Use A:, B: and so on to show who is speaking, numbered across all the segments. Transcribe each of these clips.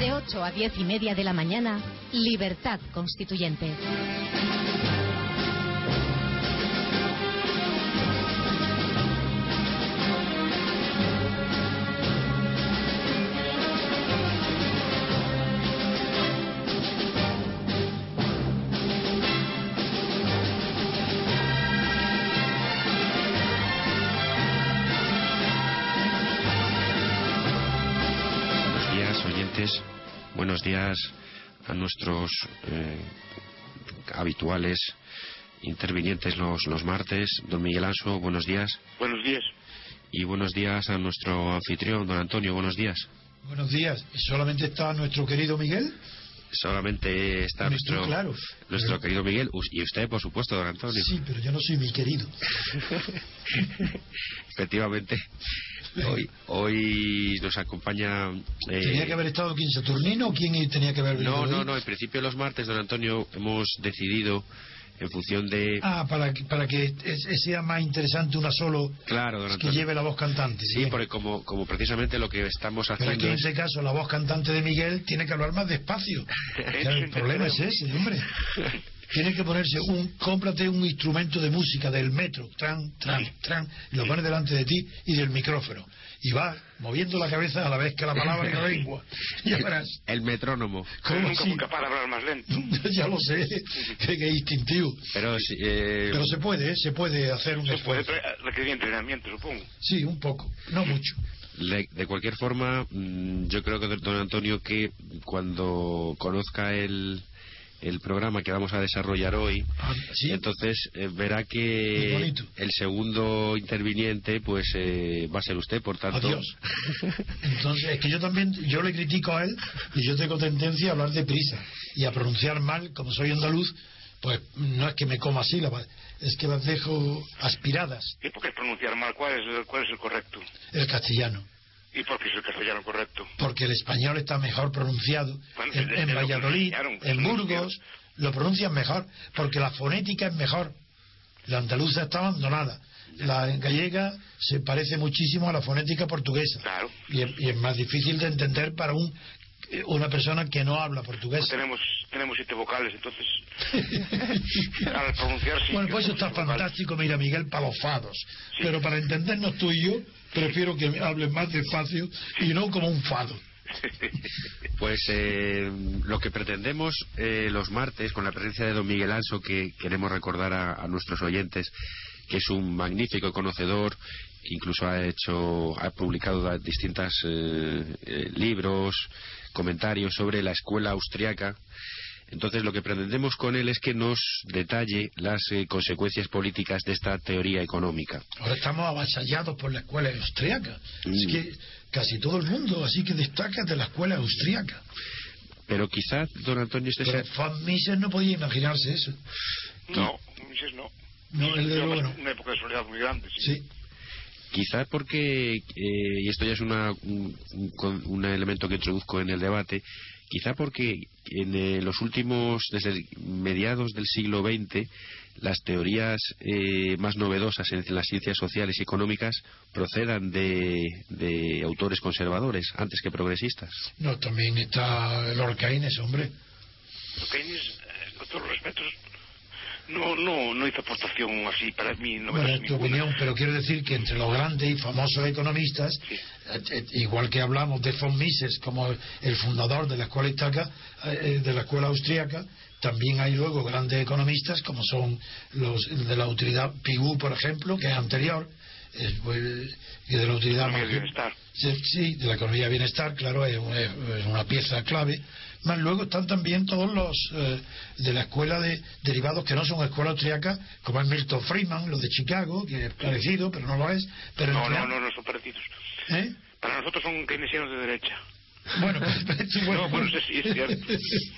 A: De 8 a 10 y media de la mañana, Libertad Constituyente.
B: Buenos días, oyentes. Buenos días a nuestros eh, habituales intervinientes los, los martes. Don Miguel Anso, buenos días.
C: Buenos días.
B: Y buenos días a nuestro anfitrión, don Antonio, buenos días.
D: Buenos días. ¿Y solamente está nuestro querido Miguel?
B: Solamente está
D: Hombre, tú,
B: nuestro,
D: claro.
B: nuestro
D: Pero-
B: querido Miguel us- y usted, por supuesto, don Antonio.
D: Sí, pero yo no soy mi querido.
B: Efectivamente, hoy, hoy nos acompaña... eh,
D: ¿Tenía que haber estado aquí en Saturnino o quién tenía que haber venido
B: No,
D: hoy?
B: no, no. En principio los martes, don Antonio, hemos decidido en función de...
D: Ah, para, que- para que es- es- sea más interesante una solo
B: claro, don
D: que
B: Antonio.
D: lleve la voz cantante.
B: Sí,
D: Bien.
B: porque como, como precisamente lo que estamos
D: Pero es que
B: haciendo
D: en
B: es...
D: este caso la voz cantante de Miguel tiene que hablar más despacio. Ya, el problema es ese, hombre. Tiene que ponerse un, cómprate un instrumento de música del metro, tran, tran, tran, y lo pones delante de ti y del micrófono. Y vas moviendo la cabeza a la vez que la palabra y la lengua. Ya verás.
B: El metrónomo.
C: Soy
D: ¿Cómo
C: nunca
D: sí?
C: fui capaz de hablar más lento.
D: ya lo sé, que, que es instintivo.
B: Pero sí, eh,
D: Pero se puede, ¿eh? se puede hacer un
C: Se puede
D: esfuerzo.
C: tra- requerir entrenamiento, supongo.
D: Sí, un poco, no mucho.
B: de, de cualquier forma, mm, yo creo que don Antonio que cuando conozca el, el programa que vamos a desarrollar hoy,
D: Ah, sí.
B: entonces eh, verá
D: Muy
B: que
D: bonito.
B: el segundo interviniente pues eh, va a ser usted, por tanto...
D: Adiós. Entonces, es que yo también, yo le critico a él y yo tengo tendencia a hablar deprisa y a pronunciar mal, como soy andaluz, pues no es que me coma sílabas, es que las dejo aspiradas,
C: ¿Y por qué pronunciar mal? ¿Cuál es, el- cuál es el correcto?
D: el castellano,
C: ¿Y por qué es el castellano correcto?
D: porque el español está mejor pronunciado
C: Bueno,
D: en,
C: desde
D: en
C: lo
D: Valladolid,
C: pronunciaron,
D: en
C: pronunciaron.
D: Burgos, lo pronuncian mejor, porque la fonética es mejor. La andaluza está abandonada. La gallega se parece muchísimo a la fonética portuguesa.
C: Claro. Pues
D: y es, y es más difícil de entender para un, eh, una persona que no habla portugués.
C: Pues Tenemos, tenemos siete vocales, entonces. al pronunciar sí.
D: bueno, pues eso
C: tenemos
D: está
C: siete vocales.
D: fantástico, mira, Miguel, para los fados.
C: Sí.
D: Pero para entendernos tú y yo, prefiero que hables más despacio y no como un fado.
B: Pues eh, lo que pretendemos eh, los martes, con la presencia de don Miguel Anso, que queremos recordar a, a nuestros oyentes, que es un magnífico conocedor, incluso ha hecho, ha publicado distintos libros, comentarios sobre la escuela austriaca. Entonces lo que pretendemos con él es que nos detalle las eh, consecuencias políticas de esta teoría económica.
D: Ahora estamos avasallados por la escuela austriaca. Es
B: Mm.
D: que casi todo el mundo, así que destaca de la escuela austriaca.
B: Pero quizás, don Antonio, este sea-
D: Pero Van Mises no podía imaginarse eso.
C: No, Ulises no.
D: No, el de
C: Yo,
D: luego no.
C: Una época de soledad muy grande, sí.
D: Sí.
B: Quizás porque, eh, y esto ya es una, un, un con- un elemento que introduzco en el debate, quizá porque en eh, los últimos, desde mediados del siglo XX, las teorías eh, más novedosas en las ciencias sociales y económicas procedan de, de autores conservadores antes que progresistas.
D: No, también está Lorca Inés, hombre.
C: Keynes, eh, con todos los respetos, No, no, no hizo aportación así para mí. No me
D: Bueno,
C: parece
D: es tu
C: ninguna.
D: opinión, pero quiero decir que entre los grandes y famosos economistas,
C: Sí.
D: eh, eh, igual que hablamos de von Mises como el, el fundador de la escuela estaca, eh, eh, de la escuela austriaca, también hay luego grandes economistas como son los de la utilidad Pigou, por ejemplo, que es anterior, eh, pues, y de la utilidad
C: Economía
D: margin-
C: del bienestar.
D: Sí, sí, de la economía del bienestar, claro, es, un- es una pieza clave. Más luego están también todos los eh, de la escuela de derivados que no son escuela austriaca, como es Milton Friedman, los de Chicago, que es parecido, pero no lo es. Pero
C: No,
D: entre-
C: no, no, no son parecidos.
D: ¿Eh?
C: Para nosotros son keynesianos de derecha.
D: Bueno, pues, sí,
C: No, bueno, sí, sí, es cierto.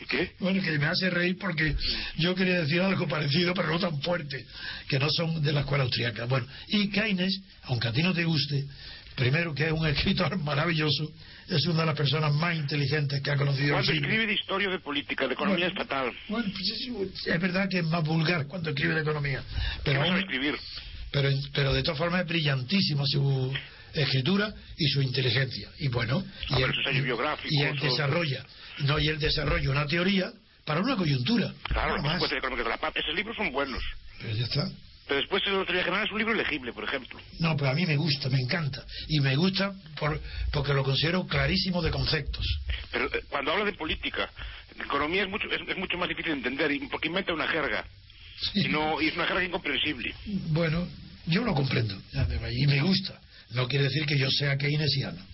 C: ¿Qué?
D: Bueno, que me hace reír porque yo quería decir algo parecido, pero no tan fuerte, que no son de la escuela austriaca. Bueno, y Keynes, aunque a ti no te guste, primero que es un escritor maravilloso, es una de las personas más inteligentes que ha conocido el
C: Cuando
D: siglo.
C: escribe de historia de política, de economía
D: Bueno.
C: estatal.
D: Bueno, pues es, es verdad que es más vulgar cuando escribe de economía,
C: ¿Qué
D: pero,
C: vas a
D: aún-
C: escribir?
D: pero, pero de todas formas es brillantísima su escritura y su inteligencia. Y bueno,
C: A
D: y
C: ver,
D: él-
C: sus Ah, años biográficos,
D: y él
C: o-
D: desarrolla, no, y él desarrolla una teoría para una coyuntura.
C: Claro, pues, eh,
D: nada
C: los
D: más.
C: consecuencias económicas de la paz. Esos libros son buenos.
D: Pero ya está.
C: Pero después el otro día general es un libro legible, por ejemplo.
D: No, pero a mí me gusta, me encanta. Y me gusta por, porque lo considero clarísimo de conceptos.
C: Pero eh, cuando habla de política, de economía es mucho, es, es mucho más difícil de entender y- porque inventa una jerga. Y, no, y es una jerga incomprensible.
D: Bueno, yo lo comprendo y me gusta. No quiere decir que yo sea keynesiano.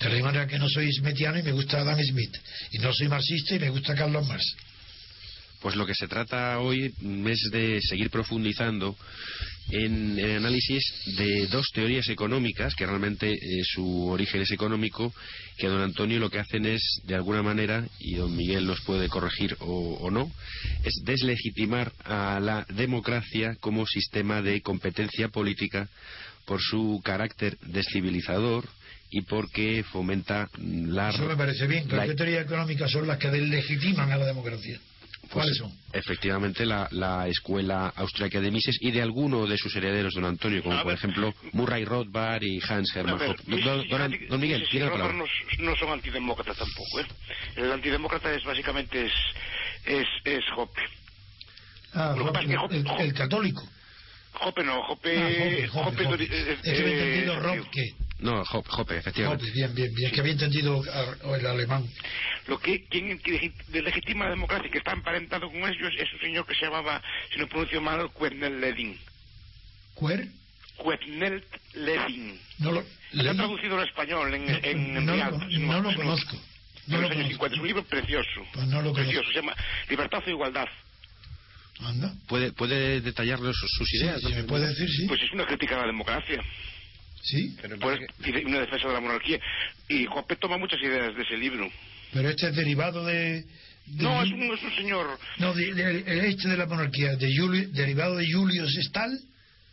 D: De la misma manera que no soy smithiano y me gusta Adam Smith. Y no soy marxista y me gusta Carlos Marx.
B: Pues lo que se trata hoy es de seguir profundizando en el análisis de dos teorías económicas, que realmente eh, su origen es económico, que don Antonio lo que hacen es, de alguna manera, y don Miguel nos puede corregir o, o no, es deslegitimar a la democracia como sistema de competencia política por su carácter descivilizador y porque fomenta mm, la...
D: Eso me parece bien. Pero
B: la-
D: ¿qué teorías económicas son las que deslegitiman a la democracia?
B: pues,
D: ¿Cuáles son?
B: Efectivamente, la, la escuela austriaca de Mises y de alguno de sus herederos, don Antonio, como
C: A
B: por
C: ver.
B: ejemplo Murray Rothbard y Hans Hermann
C: A ver,
B: Hoppe. Don, don- don-
C: anti-
B: don Miguel,
C: sí, sí,
B: tiene la
C: no,
B: palabra.
C: No, no son antidemócratas tampoco, ¿eh? El antidemócrata es básicamente es, es, es Hoppe.
D: Ah,
C: lo que pasa es que
D: el,
C: Hop-
D: el católico.
C: Hoppe no, Hoppe...
D: Ah, Hoppe, Hoppe,
C: Hoppe es
D: Hoppe.
C: ori- eh,
D: Es que me he
C: eh,
D: entendido Rob,
C: digo,
D: que...
B: No, Hoppe, Hoppe, efectivamente.
D: Hoppe, bien, bien, bien. Es que había entendido ah, el alemán.
C: Lo que quien legitima la democracia y que está emparentado con ellos es un señor que se llamaba, si no pronuncio mal, Kuernel Ledin.
D: ¿Cuer?
C: Kuernel Ledin.
D: No lo...
C: Está
D: leí. Eh,
C: traducido al español en, en, en
D: no,
C: Rialto,
D: lo,
C: si
D: no lo
C: si
D: conozco. No
C: en
D: lo
C: los años
D: conozco.
C: 50. Es un libro precioso.
D: Pues no lo
C: precioso.
D: conozco.
C: Se llama Libertad o Igualdad.
D: Anda.
B: ¿Puede, puede detallarnos sus, sus
D: Sí,
B: ideas?
D: sí,
B: don
D: me
B: Miguel?
D: puede decir, sí.
C: Pues es una crítica a la democracia.
D: Sí,
B: Pero
C: Pues,
B: parece que-
C: y de- una defensa de la monarquía. Y Hoppe toma muchas ideas de ese libro.
D: pero este es derivado de... de-
C: No, es un, es un señor.
D: No, de- de- este de la monarquía, de Julio, derivado de Julio Sestal.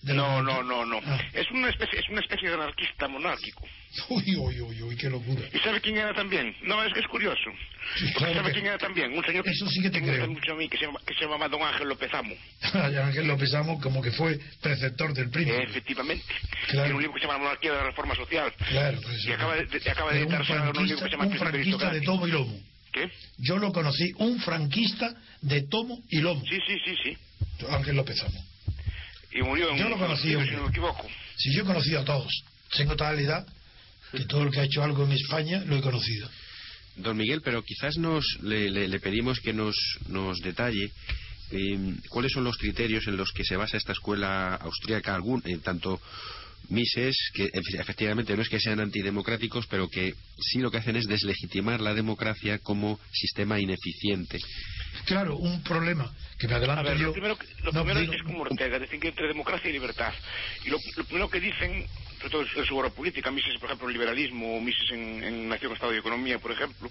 D: De la
C: No, no,
D: monarquía.
C: no, no.
D: Ah.
C: Es una especie, es una especie de anarquista monárquico.
D: Uy, uy, uy, uy, qué locura.
C: ¿Y sabe quién era también? No, es que es curioso.
D: Sí, claro
C: ¿Sabe
D: que-
C: quién era también? Un señor
D: Eso sí que te
C: me gusta
D: creo.
C: mucho a mí, que se, llama, que se llamaba Don Ángel López Amo.
D: Ángel lo pesamos como que fue preceptor del primo.
C: Eh, Efectivamente.
D: Claro.
C: Tiene un libro que se llama La Monarquía de la Reforma Social.
D: Claro, pues,
C: Y acaba de- de- acaba de
D: Pero un
C: editarse ahora un libro
D: franquista,
C: que se llama
D: un
C: Príncipe
D: franquista de
C: Aristocrático.
D: tomo y lomo.
C: ¿Qué?
D: Yo lo conocí, un franquista de tomo y lomo.
C: Sí, sí, sí, sí.
D: Ángel López Amo.
C: Y murió en
D: Yo lo conocí,
C: si no
D: hombre.
C: me equivoco.
D: Si yo he conocido a todos, tengo tal edad que todo el que ha hecho algo en España lo he conocido.
B: Don Miguel, pero quizás nos le, le- le pedimos que nos, nos detalle eh, cuáles son los criterios en los que se basa esta escuela austríaca, algún, eh, tanto Mises, que efe- efectivamente no es que sean antidemocráticos, pero que sí lo que hacen es deslegitimar la democracia como sistema ineficiente.
D: Claro, un problema que me
C: A
D: adelanto
C: ver,
D: yo.
C: lo primero, que- lo
D: no,
C: primero
D: digo-
C: es como Ortega, distinguir entre democracia y libertad. Y lo, lo primero que dicen, sobre todo en su obra política, Mises, por ejemplo, en liberalismo, o Mises en, en Nación, Estado y Economía, por ejemplo,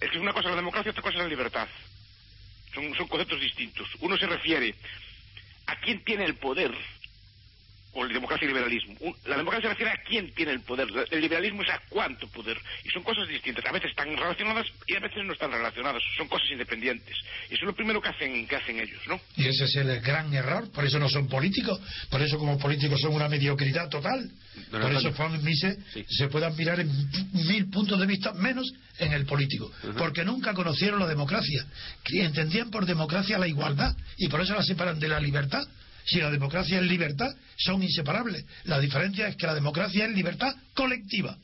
C: es que una cosa es la democracia, otra cosa es la libertad. Son, son conceptos distintos. Uno se refiere a quién tiene el poder o democracia y liberalismo. Un- La democracia se refiere a quién tiene el poder, la- el liberalismo es a cuánto poder. Y son cosas distintas. A veces están relacionadas y a veces no están relacionadas. Son cosas independientes. Y eso es lo primero que hacen, que hacen ellos, ¿no?
D: Y ese es el gran error, por eso no son políticos, por eso como políticos son una mediocridad total.
B: Don
D: por
B: Antonio.
D: eso Juan Mises
B: Sí.
D: se puede admirar en mil puntos de vista, menos en el político, porque nunca conocieron la democracia, que entendían por democracia la igualdad y por eso la separan de la libertad. Si la democracia es libertad, son inseparables. La diferencia es que la democracia es libertad colectiva.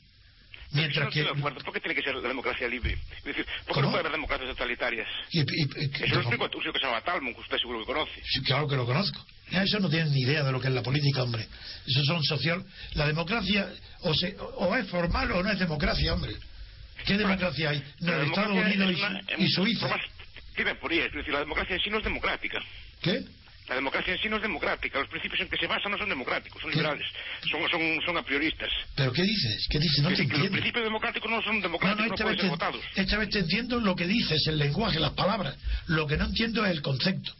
C: Yo no
D: Mientras
C: estoy
D: que...
C: de acuerdo. ¿Por qué tiene que ser la democracia libre? Es decir, ¿por qué
D: ¿Cómo?
C: no puede haber democracias totalitarias?
D: y- y- y-
C: Eso lo explico a tu- un señor que se llama Talmud, que usted seguro que conoce.
D: Sí, claro que lo conozco. Ya Eso no tienen ni idea de lo que es la política, hombre. Eso son social. La democracia o, se- o es formal o no es democracia, hombre. ¿Qué democracia hay? No,
C: La
D: en Estados
C: democracia
D: Unidos
C: es una-
D: y,
C: es
D: Su- y Suiza.
C: formas- tienen por ella. Es decir, la democracia en sí no es democrática.
D: ¿Qué?
C: La democracia en sí no es democrática. Los principios en que se basa no son democráticos, son liberales. Son, son, son aprioristas.
D: ¿Pero qué dices? ¿Qué dices? No
C: Es
D: te
C: decir, que los
D: entiendo.
C: principios democráticos no son
D: No,
C: democráticos,
D: no,
C: no,
D: esta,
C: pueden
D: vez
C: ser votados.
D: te, esta vez te entiendo lo que dices, el lenguaje, las palabras. Lo que no entiendo es el concepto.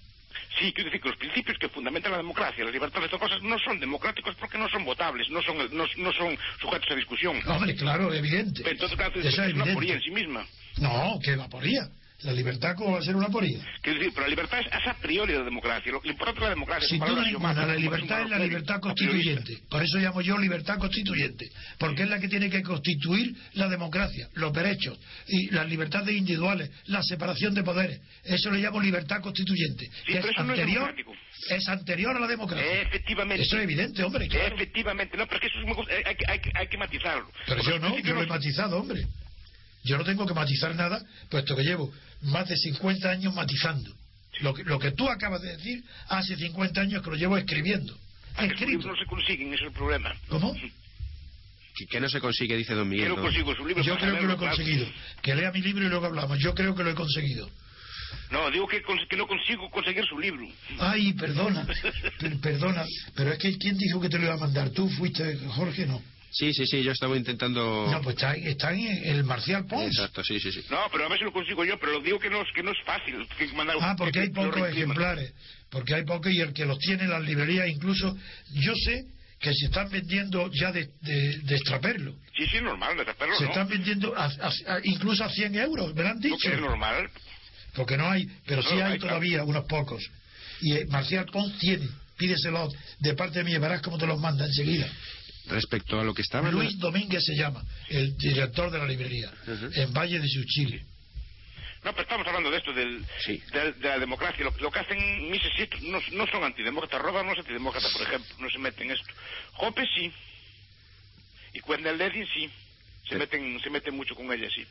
C: Sí, quiero decir que los principios que fundamentan la democracia, las libertades, estas cosas, no son democráticos porque no son votables, no son, no, no son sujetos a discusión.
D: Hombre, claro, evidente.
C: Entonces, claro, es
D: Eso es
C: una aporía en
D: evidente.
C: sí misma.
D: No, que la aporía. La libertad, ¿cómo va a ser una aporía?
C: Quiero decir, pero la libertad es, es a priori la democracia. Lo que le importa es la democracia.
D: Sin
C: son
D: duda
C: valores
D: ninguna,
C: humanos,
D: la
C: son
D: libertad es
C: valores
D: la
C: humanos,
D: libertad
C: aprioristas.
D: constituyente. Por eso llamo yo libertad constituyente, porque es la que tiene que constituir la democracia, los derechos y las libertades individuales, la separación de poderes. Eso le llamo libertad constituyente, que
C: pero
D: es
C: eso no es
D: anterior,
C: democrático. Eh,
D: es anterior a la democracia.
C: Efectivamente.
D: Eso es evidente, hombre. claro.
C: Efectivamente, no, pero es que eso es muy conf- hay, hay- hay que- hay que matizarlo.
D: Pero
C: Porque
D: yo
C: al
D: no,
C: principio
D: yo lo he
C: no-
D: matizado, hombre. Yo no tengo que matizar nada, puesto que llevo más de 50 años matizando. Lo que, lo que tú acabas de decir hace 50 años que lo llevo escribiendo.
C: Ah, que esos libros
D: Escrito.
C: no se consiguen, ese es el problema.
D: ¿Cómo?
B: Que, que no se consigue, dice don
C: Yo
B: Miguel.
C: no
B: ¿no?
C: consigo su libro.
D: Yo
C: para
D: creo que
C: saberlo,
D: lo he
C: claro.
D: conseguido. Que lea mi libro y luego hablamos. Yo creo que lo he conseguido.
C: No, digo que, cons- que no consigo conseguir su libro.
D: Ay, perdona, per- perdona. Pero es que ¿quién dijo que te lo iba a mandar? ¿Tú fuiste, Jorge? No.
B: Sí, sí, sí, yo estaba intentando...
D: No, pues está, está en el Marcial Pons.
B: Exacto, sí, sí, sí.
C: No, pero a ver si lo consigo yo, pero lo digo que no, es- que no es fácil. que mandar-
D: Ah, porque hay
C: que- que lo
D: pocos
C: reimpriman.
D: ejemplares. Porque hay pocos y el que los tiene en las librerías incluso... Yo sé que se están vendiendo ya de, de, de extraperlo.
C: Sí, sí, es normal, de taparlo,
D: Se
C: ¿no?
D: están vendiendo a- a- a- incluso a 100 euros, me lo han
C: Digo
D: dicho.
C: que es normal.
D: porque no hay, pero sí
C: No,
D: hay
C: hay, claro.
D: todavía unos pocos. Y eh, Marcial Pons tiene, pídeselo de parte mía, verás cómo te los manda enseguida.
B: Respecto a lo que estaba...
D: Luis Domínguez se llama, el director de la librería,
B: Ujú.
D: en Valle de Suchile.
C: No, pero estamos hablando de esto, del,
B: Sí.
C: del- de la democracia. Lo, lo que hacen Mises y estos no, no son antidemócratas. Roban no es antidemócrata, por ejemplo. No se meten en esto. Hoppe sí. Y Quendel Ledin sí.
B: Sí.
C: Se meten, se meten mucho con ella, sí.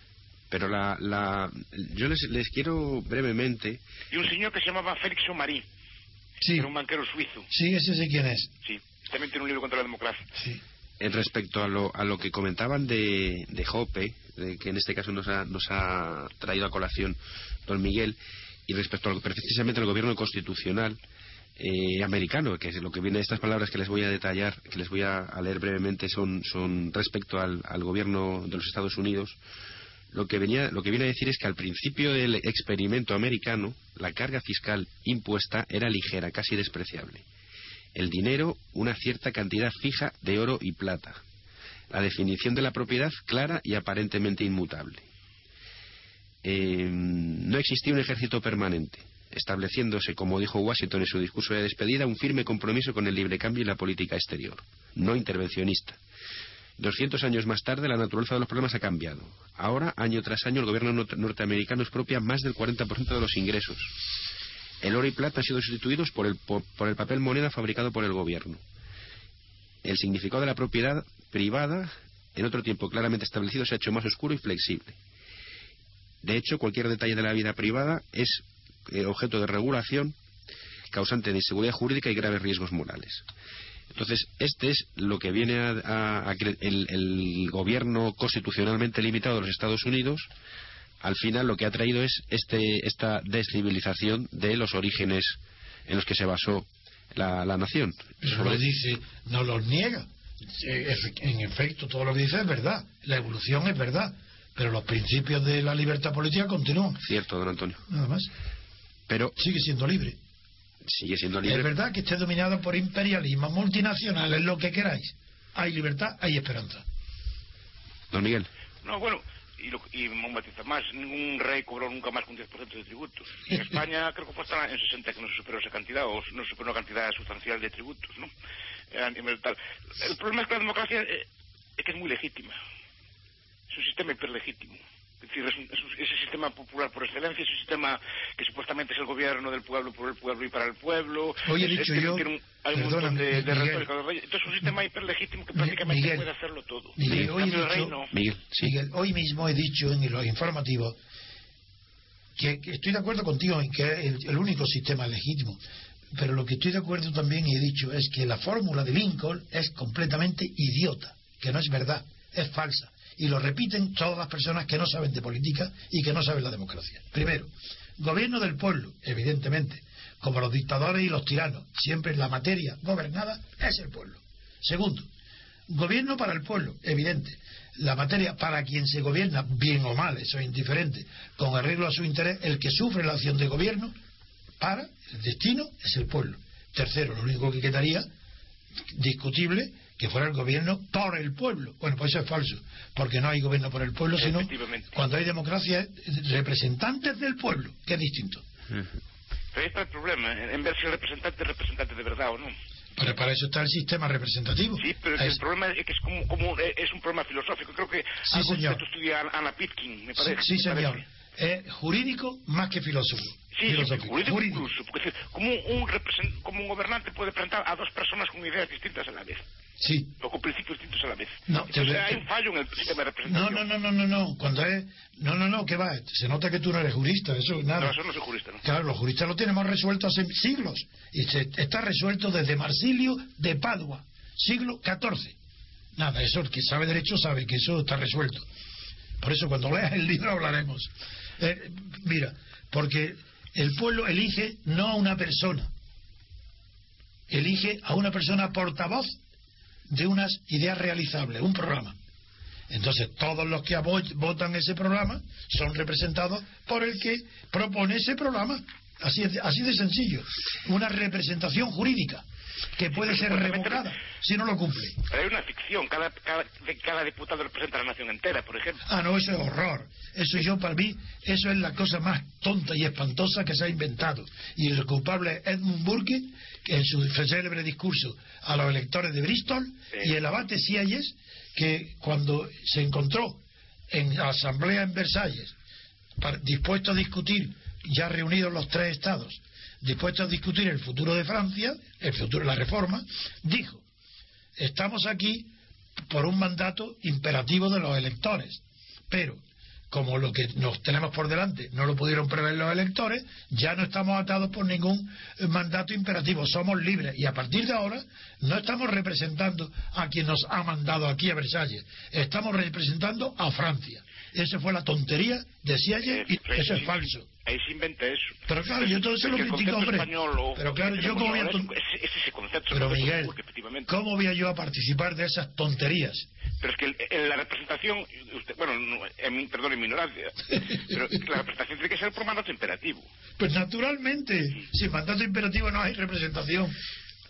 B: Pero la... la yo les, les quiero brevemente...
C: Y un señor que se llamaba Félix Omarí,
D: Sí,
C: era un banquero suizo.
D: sí, ese sé quién es.
C: Sí. También tiene un libro contra la democracia.
D: Sí.
B: Eh, respecto a lo, a lo que comentaban de, de Jope, de que en este caso nos ha, nos ha traído a colación don Miguel, y respecto a lo que precisamente el gobierno constitucional eh, americano, que es lo que viene de estas palabras que les voy a detallar, que les voy a, a leer brevemente, son, son respecto al, al gobierno de los Estados Unidos, lo que, venía, lo que viene a decir es que al principio del experimento americano, la carga fiscal impuesta era ligera, casi despreciable el dinero una cierta cantidad fija de oro y plata. La definición de la propiedad clara y aparentemente inmutable. Eh, no existía un ejército permanente, estableciéndose, como dijo Washington en su discurso de despedida, un firme compromiso con el libre cambio y la política exterior, no intervencionista. 200 años más tarde, la naturaleza de los problemas ha cambiado. Ahora, año tras año, el gobierno nor- norteamericano expropia más del 40% de los ingresos. El oro y plata han sido sustituidos por el, po- por el papel moneda fabricado por el gobierno. El significado de la propiedad privada, en otro tiempo claramente establecido, se ha hecho más oscuro y flexible. De hecho, cualquier detalle de la vida privada es eh, objeto de regulación, causante de inseguridad jurídica y graves riesgos morales. Entonces, este es lo que viene a, a- a cre- el, el gobierno constitucionalmente limitado de los Estados Unidos. Al final, lo que ha traído es este, esta descivilización de los orígenes en los que se basó la, la nación.
D: Pero lo dice, no los niega. Eh, efe- En efecto, todo lo que dice es verdad. La evolución es verdad. Pero los principios de la libertad política continúan.
B: Cierto, don Antonio.
D: Nada más.
B: Pero
D: Sigue siendo libre.
B: sigue siendo
D: Es
B: libre.
D: verdad que esté dominado por imperialismo, multinacionales, lo que queráis. Hay libertad, hay esperanza.
B: Don Miguel.
C: No, bueno, y, lo, y un matiz más, ningún rey cobró nunca más que un 10% de tributos. En España creo que fue hasta en 60 que no se superó esa cantidad, o no se superó una cantidad sustancial de tributos, ¿no? Eh, a nivel tal. El problema es que la democracia eh, es que es muy legítima. Es un sistema hiperlegítimo. Es decir, es, un- es un- es el sistema popular por excelencia, es un sistema que supuestamente es el gobierno del pueblo por el pueblo y para el pueblo.
D: Hoy he
C: Es- es
D: dicho
C: que
D: yo-
C: tiene un- hay un
D: perdona,
C: montón de, de
D: Miguel.
C: retórica de reyes. Entonces es un sistema hiperlegítimo que prácticamente
D: Miguel.
C: puede hacerlo todo.
D: Miguel, hoy he
C: En cambio, el rey
D: dicho-
C: no.
B: Miguel, sí.
D: Miguel, hoy mismo he dicho en los informativos que, que estoy de acuerdo contigo en que es el, el único sistema legítimo, pero lo que estoy de acuerdo también y he dicho es que la fórmula de Lincoln es completamente idiota, que no es verdad, es falsa. Y lo repiten todas las personas que no saben de política y que no saben la democracia. Primero, gobierno del pueblo, evidentemente, como los dictadores y los tiranos, siempre la materia gobernada es el pueblo. Segundo, Gobierno para el pueblo, evidente. La materia para quien se gobierna, bien o mal, eso es indiferente. Con arreglo a su interés, el que sufre la acción de gobierno para el destino es el pueblo. Tercero, lo único que quedaría discutible que fuera el gobierno por el pueblo. Bueno, pues eso es falso, porque no hay gobierno por el pueblo, sino
C: Efectivamente.
D: cuando hay democracia, es representantes del pueblo, que es distinto.
C: Pero ahí está el problema, en en ver si el representante es representante de verdad o no.
D: Pero para eso está el sistema representativo.
C: Sí, pero
D: Ahí
C: el
D: está.
C: problema es que es, como, como- eh, es un problema filosófico. Creo que
D: Sí,
C: algo
D: señor.
C: que tú estudia Ana- Ana Pitkin, me parece.
D: Sí, sí,
C: me
D: señor.
C: parece.
D: Es jurídico más que filósofo.
C: Sí,
D: Filosófico.
C: jurídico incluso. Porque, es decir, ¿cómo un, represen- cómo un gobernante puede presentar a dos personas con ideas distintas a la vez?
D: Sí.
C: O con principios distintos a la vez.
D: No, te-
C: Entonces, hay un fallo en el sistema
D: No,
C: de representación.
D: no, no, no, no, no. Cuando es... No, no, no, que va. Se nota que tú no eres jurista, eso es
C: No,
D: nada.
C: eso no soy jurista, ¿no?
D: Claro, los juristas lo tenemos resuelto hace siglos. Y se- está resuelto desde Marsilio de Padua, siglo XIV. Nada, eso el que sabe derecho sabe que eso está resuelto. Por eso cuando leas el libro hablaremos. Eh, mira, porque el pueblo elige no a una persona, elige a una persona portavoz de unas ideas realizables, un programa. Entonces, todos los que abo- votan ese programa son representados por el que propone ese programa. Así, es- así de sencillo. Una representación jurídica que puede ser
C: supuestamente-
D: revocada si no lo cumple.
C: Pero hay una ficción. Cada, cada, de- cada diputado representa a la nación entera, por ejemplo.
D: Ah, no, eso es horror. Eso yo, para mí, eso es la cosa más tonta y espantosa que se ha inventado. Y el culpable es Edmund Burke, que en su célebre discurso a los electores de Bristol,
C: Sí.
D: y el abate Sieyes, que cuando se encontró en la asamblea en Versalles, par- dispuesto a discutir, ya reunidos los tres estados, dispuesto a discutir el futuro de Francia, el futuro de la reforma, dijo, estamos aquí por un mandato imperativo de los electores. Pero, como lo que nos tenemos por delante no lo pudieron prever los electores, ya no estamos atados por ningún eh, mandato imperativo, somos libres. Y a partir de ahora no estamos representando a quien nos ha mandado aquí a Versalles, estamos representando a Francia. Esa fue la tontería de Sieyes y
C: Eh, pues,
D: eso es
C: sí.
D: falso.
C: Ahí se inventa eso.
D: Pero claro, yo todo eso
C: Es
D: lo
C: que el
D: critico,
C: concepto
D: hombre.
C: español o-
D: Pero claro, yo
C: que tenemos
D: como voy a...
C: ahora
D: ton-
C: Es, es- es ese
D: Pero
C: concepto. sobre todo,
D: Miguel,
C: porque efectivamente-
D: ¿cómo voy a yo a participar de esas tonterías?
C: Pero es que el- en la representación, usted- bueno, no, en mi- perdón, en mi ignorancia, pero la representación tiene que ser por mandato imperativo.
D: Pues naturalmente, sin mandato imperativo no hay representación.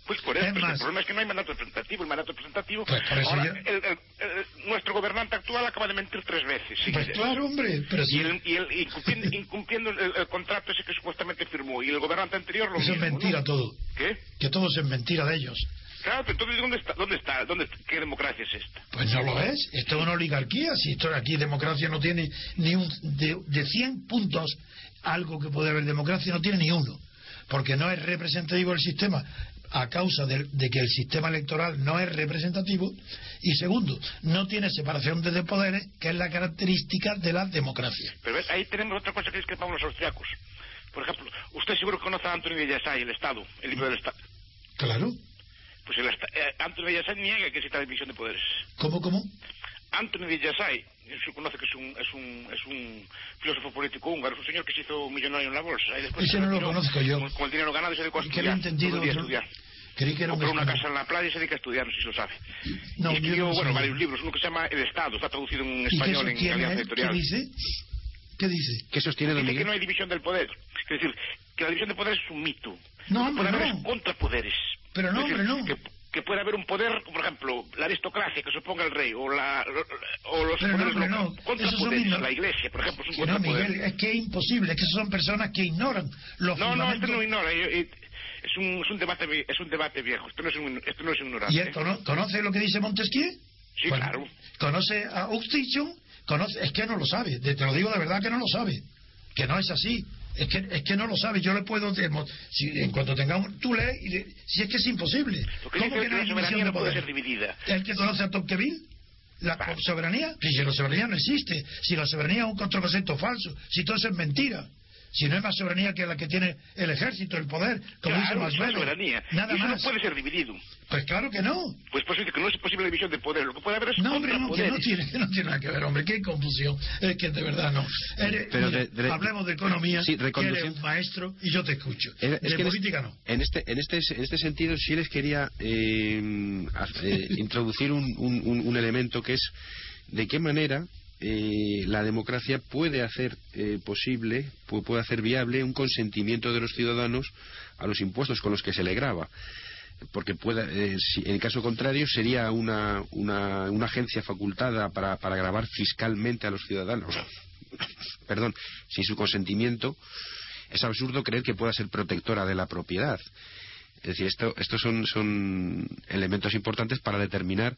C: Pues por eso,
D: Es
C: pero
D: más-
C: el problema es que no hay mandato representativo. El mandato representativo.
D: Pues por eso
C: ahora,
D: yo-
C: el- el- el- nuestro gobernante actual acaba de mentir tres veces.
D: Pues
C: seguidas.
D: claro, hombre, pero si
C: Y, el, y el- incumpliendo, incumpliendo el, el contrato ese que supuestamente firmó. Y el gobernante anterior lo
D: eso es
C: mismo,
D: mentira
C: ¿no?
D: todo,
C: ¿Qué?
D: que todo eso es mentira de ellos.
C: Claro, pero entonces, ¿dónde está? ¿Dónde está? ¿Dónde, ¿Qué democracia es esta?
D: Pues no lo es, esto es una oligarquía, si esto aquí democracia no tiene ni un, de, de 100 puntos, algo que puede haber democracia no tiene ni uno, porque no es representativo el sistema a causa del- de, que el sistema electoral no es representativo y segundo, no tiene separación de poderes, que es la característica de la democracia.
C: Pero ¿ves? ahí tenemos otra cosa que discrepamos los austriacos. Por ejemplo, usted seguro que conoce a Antonio de Yasay, el Estado, el libro del Estado.
D: Claro,
C: Pues el Esta- eh, Antonio de Yasay niega que exista división de poderes.
D: ¿cómo, cómo?
C: Pues Antonio de Yasay, se conoce que es un, es, un, es un filósofo político húngaro, es un señor que se hizo millonario en la bolsa. Y después
D: Ese
C: se
D: no lo
C: retiró
D: conozco yo.
C: Con, con el dinero ganado y se dedicó a
D: ¿Y qué le he
C: estudiar.
D: entendido?
C: todo el día a
D: Otro-
C: estudiar.
D: Creí que era un
C: Compró una
D: español.
C: casa en la playa y se dedica a estudiar, no sé si lo sabe.
D: No,
C: y
D: yo
C: escribió,
D: no sé.
C: bueno, varios libros. Uno que se llama El Estado, está traducido en
D: ¿Y qué
C: español en
D: sostiene
C: Alianza
D: él? ¿Qué
C: Editorial.
D: dice? ¿Qué dice?
B: ¿Qué sostiene Don
C: Dice que
B: Miguel?
C: no hay división del poder. Es decir, que la división de poder es un mito.
D: No, hombre,
C: puede
D: no.
C: haber es contrapoderes.
D: Pero no,
C: Es
D: hombre, no.
C: Que, que puede haber un poder, por ejemplo, la aristocracia que se oponga al rey, o, la, o los
D: Pero no,
C: poderes
D: hombre, no.
C: locales.
D: Esos son
C: Contrapoderes,
D: minor-
C: la iglesia, por ejemplo, es un
D: Que no,
C: contrapoder.
D: Miguel, es que es imposible, es que son personas que ignoran los
C: No, no, esto
D: fundamentos.
C: no ignora. yo- eh, es, un, es, un debate, vie- es un debate viejo. Esto no es un, esto no es un ignorante.
D: ¿Y él cono- conoce lo que dice Montesquieu?
C: eh. Sí, claro.
D: ¿Conoce a Oxtichon? ¿Conoce? Es que no lo sabe, de- te lo digo de verdad que no lo sabe, que no es así. Es que, es que no lo sabe, yo le puedo... demo- Si, en cuanto tengamos... Tú lees y le- si es que es imposible.
C: Porque dice que la soberanía no puede ser dividida.
D: ¿El que conoce a Tocqueville? ¿La soberanía? Pues Si la soberanía no existe, si la soberanía es un contraconcepto falso, si todo eso es mentira, si no hay más soberanía que la que tiene el ejército, el poder, como dice
C: Claro, es una
D: Machiavelli.
C: soberanía.
D: Nada
C: Y eso
D: más.
C: no puede ser dividido.
D: Pues claro que no.
C: Pues por eso dice que no es posible la división de poder. Lo que puede haber es
D: No, hombre, no, que
C: contrapoderes.
D: no, tiene, que no tiene nada que ver, hombre, qué confusión. Es que de verdad no. Eres-
B: Pero
D: mira,
B: de- de-
D: hablemos de economía,
B: Sí,
D: que eres
B: reconduciendo-
D: un maestro y yo te escucho.
C: Eh,
B: Es- es
D: de
B: que en
D: política
B: este-
D: no.
B: En este, en este, en este sentido, sí les quería eh, haz- eh, introducir un, un- un- un elemento que es de qué manera eh, la democracia puede hacer eh, posible, pu- puede hacer viable un consentimiento de los ciudadanos a los impuestos con los que se le graba. Porque pueda, eh, si- en caso contrario sería una, una, una agencia facultada para, para grabar fiscalmente a los ciudadanos, perdón, sin su consentimiento, es absurdo creer que pueda ser protectora de la propiedad. Es decir, esto, estos son, son elementos importantes para determinar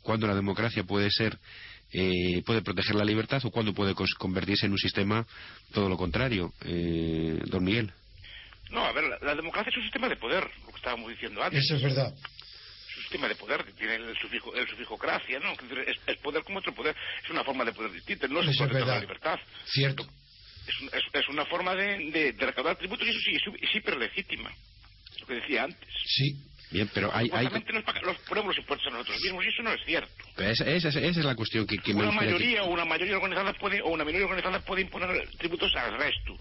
B: cuándo la democracia puede ser, eh, puede proteger la libertad o cuándo puede cons- convertirse en un sistema todo lo contrario. Eh, don Miguel.
C: No, a ver, la, la democracia es un sistema de poder, lo que estábamos diciendo antes.
D: Eso es verdad.
C: Es un sistema de poder que tiene el sufijo, el sufijo gracia, ¿no? Que Es, es poder como otro poder. Es una forma de poder distinta, no
D: Eso
C: se
D: es
C: puede
D: verdad.
C: la libertad.
D: Cierto.
C: Es, un- es- es una forma de, de- de recaudar tributos y eso sí, es, hi- es hiperlegítima. Lo que decía antes.
D: Sí.
B: Bien, pero hay... hay-
C: Supuestamente nos, paga- los ponemos los impuestos a nosotros mismos y eso no es cierto.
B: pero esa, esa es- esa es la cuestión que, que me
C: Una
B: gustaría que-
C: mayoría o una mayoría organizada puede o una minoría organizada puede imponer tributos al resto.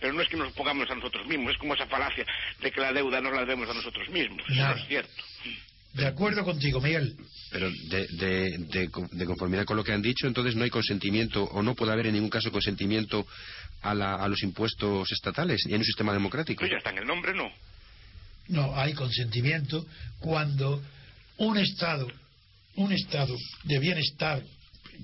C: Pero no es que nos pongamos a nosotros mismos, es como esa falacia de que la deuda no la debemos a nosotros mismos. Eso
D: Nada.
C: no es cierto.
D: De acuerdo contigo, Miguel.
B: Pero de, de- de co- de conformidad con lo que han dicho, entonces no hay consentimiento o no puede haber en ningún caso consentimiento a, la- a los impuestos estatales en un sistema democrático.
C: Eso Pues ya está en el nombre, no.
D: No, hay consentimiento cuando un Estado, un Estado de bienestar,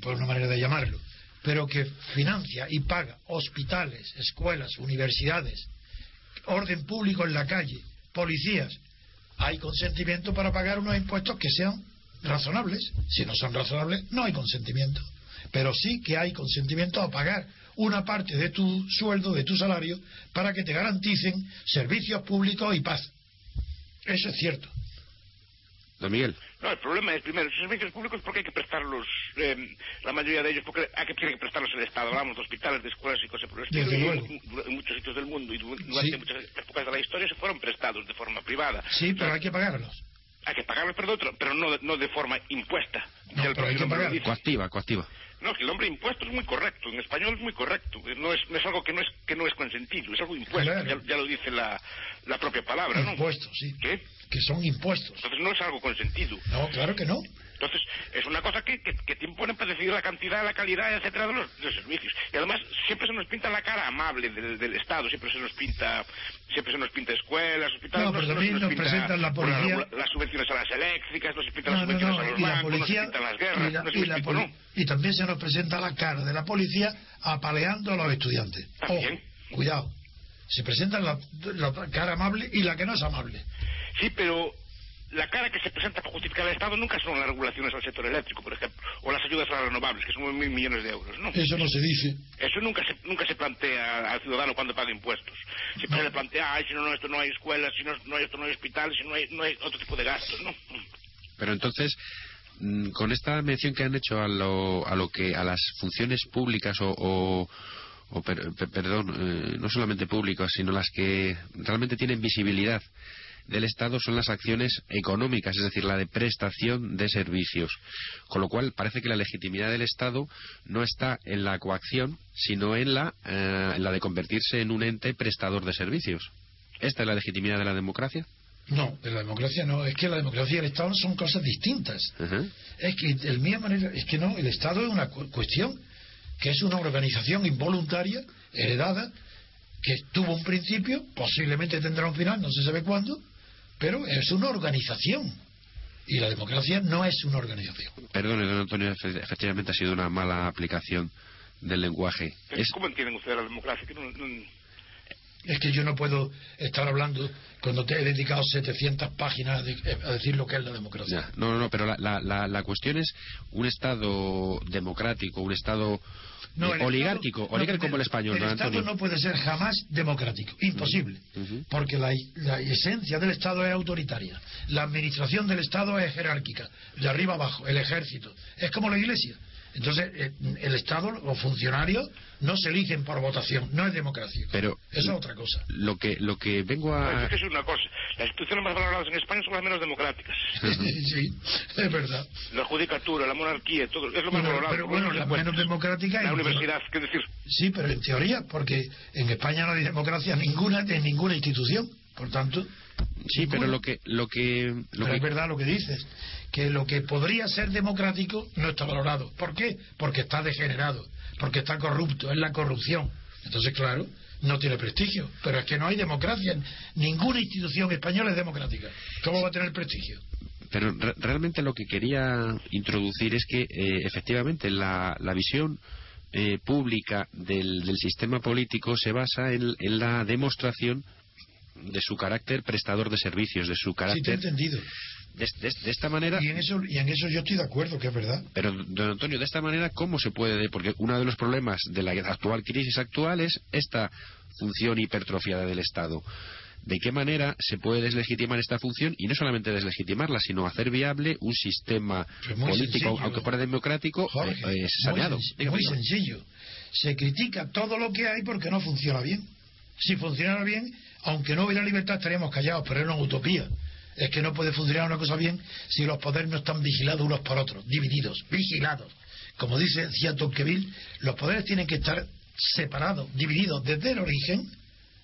D: por una manera de llamarlo, pero que financia y paga hospitales, escuelas, universidades, orden público en la calle, policías, hay consentimiento para pagar unos impuestos que sean razonables. Si no son razonables, no hay consentimiento. Pero sí que hay consentimiento a pagar una parte de tu sueldo, de tu salario, para que te garanticen servicios públicos y paz. Eso es cierto.
B: Don Miguel.
C: No, el problema es, primero, los servicios públicos, ¿por qué hay que prestarlos? eh, la mayoría de ellos, porque hay que, tiene que prestarlos el Estado. Hablamos de hospitales, de escuelas y cosas por el estilo.
D: Desde
C: y
D: luego.
C: en, en muchos sitios del mundo y du- durante
D: Sí.
C: muchas épocas de la historia se fueron prestados de forma privada.
D: Sí, pero hay que pagarlos.
C: Hay que pagarlos, pero de, otra- pero no, de- no de forma impuesta.
D: No,
C: Ya el
D: pero hay
C: propio
D: que
C: nombre lo
D: pagar.
C: dice.
B: Coactiva, coactiva.
C: No, que el nombre impuesto es muy correcto, en español es muy correcto, eh, no es, no es algo que no es, que no es consentido, es algo impuesto,
D: Claro.
C: ya, ya lo dice la, la propia palabra, ¿no?
D: Impuestos, sí.
C: ¿Qué?
D: Que son impuestos.
C: Entonces no es algo consentido.
D: No, claro que no.
C: Entonces es una cosa que, que, que te imponen para decidir la cantidad, la calidad, etcétera, de los, de los servicios. Y además siempre se nos pinta la cara amable del, del Estado, siempre se nos pinta, siempre se nos pinta escuelas, hospitales,
D: No, pero
C: se
D: también nos
C: pinta
D: presentan la
C: por
D: policía.
C: regula- las subvenciones a las eléctricas, nos pintan
D: No,
C: las
D: no,
C: subvenciones a
D: no.
C: los
D: Y la
C: bancos, nos
D: policía.
C: pintan las guerras,
D: y, la-
C: no se
D: y
C: nos
D: la
C: pinta,
D: poli-
C: ¿no?
D: y también se nos presenta la cara de la policía apaleando a los estudiantes. Ojo,
C: También.
D: cuidado. Se presenta la, la cara amable y la que no es amable.
C: Sí, pero la cara que se presenta para justificar el Estado nunca son las regulaciones al sector eléctrico, por ejemplo, o las ayudas a las renovables, que son mil millones de euros, ¿no?
D: Eso no se dice.
C: Eso nunca se, nunca se plantea al ciudadano cuando paga impuestos. Siempre se le plantea, ay, si no, no, esto no hay escuelas, si no, no hay esto no hay hospitales, si no hay, no hay otro tipo de gastos, ¿no?
B: Pero entonces, mm, con esta mención que han hecho a lo, a lo que a las funciones públicas o, o- o per- per- perdón, eh, no solamente públicas, sino las que realmente tienen visibilidad del Estado son las acciones económicas, es decir, la de prestación de servicios. Con lo cual, parece que la legitimidad del Estado no está en la coacción, sino en la, eh, en la de convertirse en un ente prestador de servicios. ¿Esta es la legitimidad de la democracia?
D: No, de la democracia no. Es que la democracia y el Estado son cosas distintas.
B: Ajá.
D: Es que el mía manera, es que no, el Estado es una cu- cuestión que es una organización involuntaria, heredada, que tuvo un principio, posiblemente tendrá un final, no se sabe cuándo, pero es una organización. Y la democracia no es una organización.
B: Perdone, don Antonio, efe- efectivamente ha sido una mala aplicación del lenguaje.
C: Pero
B: Es-
C: ¿Cómo entienden ustedes la democracia? Que no- no-
D: Es que yo no puedo estar hablando cuando te he dedicado 700 páginas de- eh, a decir lo que es la democracia.
B: Ya, No, no, no, pero la, la- la- la cuestión es un Estado democrático, un Estado
D: No,
B: eh,
D: el
B: oligárquico,
D: Estado- no,
B: oligárquico
D: pero
B: como el español,
D: El
B: don
D: Estado
B: Antonio.
D: no puede ser jamás democrático, imposible,
B: Ujú.
D: porque la, la esencia del Estado es autoritaria. La administración del Estado es jerárquica, de arriba abajo, el ejército. Es como la Iglesia. Entonces, eh, el Estado, los funcionarios, no se eligen por votación, no es democracia.
B: Pero-
D: Eso es otra cosa.
B: Lo que, lo que vengo
C: Pues
D: Ah.
B: a...
C: es que es una cosa. Las instituciones más valoradas en España son las menos democráticas.
D: sí, es verdad.
C: La judicatura, la monarquía, todo. Es lo más
D: Bueno,
C: valorado.
D: pero bueno,
C: Por
D: la
C: supuesto.
D: menos democrática
C: La
D: y-
C: universidad, ¿qué decir?
D: Sí, pero en teoría, porque en España no hay democracia ninguna en ninguna institución. Por tanto,
B: Sí, pero lo que... Lo que, lo
D: Pero
B: que-
D: es verdad lo que dices, que lo que podría ser democrático no está valorado. ¿Por qué? Porque está degenerado, porque está corrupto, es la corrupción. Entonces, claro, no tiene prestigio. Pero es que no hay democracia. Ninguna institución española es democrática. ¿Cómo va a tener prestigio?
B: pero re- realmente lo que quería introducir es que eh, efectivamente la, la visión eh, pública del, del sistema político se basa en, en la demostración de su carácter prestador de servicios, de su
D: Sí, te he
B: carácter...
D: entendido.
B: de, de- de esta manera...
D: Y en, eso, y en eso yo estoy de acuerdo, que es verdad.
B: Pero, don Antonio, de esta manera, ¿cómo se puede? Porque uno de los problemas de la actual crisis actual es esta función hipertrofiada del Estado. ¿De qué manera se puede deslegitimar esta función? Y no solamente deslegitimarla, sino hacer viable un sistema
D: Pues muy
B: político,
D: sencillo.
B: aunque fuera democrático,
D: Jorge,
B: eh, eh,
D: muy
B: saneado.
D: sen-
B: Dígame,
D: muy
B: dígame.
D: sencillo. Se critica todo lo que hay porque no funciona bien. Si funcionara bien, aunque no hubiera libertad estaríamos callados, pero es una utopía. Es que no puede funcionar una cosa bien si los poderes no están vigilados unos por otros, divididos, vigilados. Como dice decía Tocqueville, los poderes tienen que estar separados, divididos desde el origen,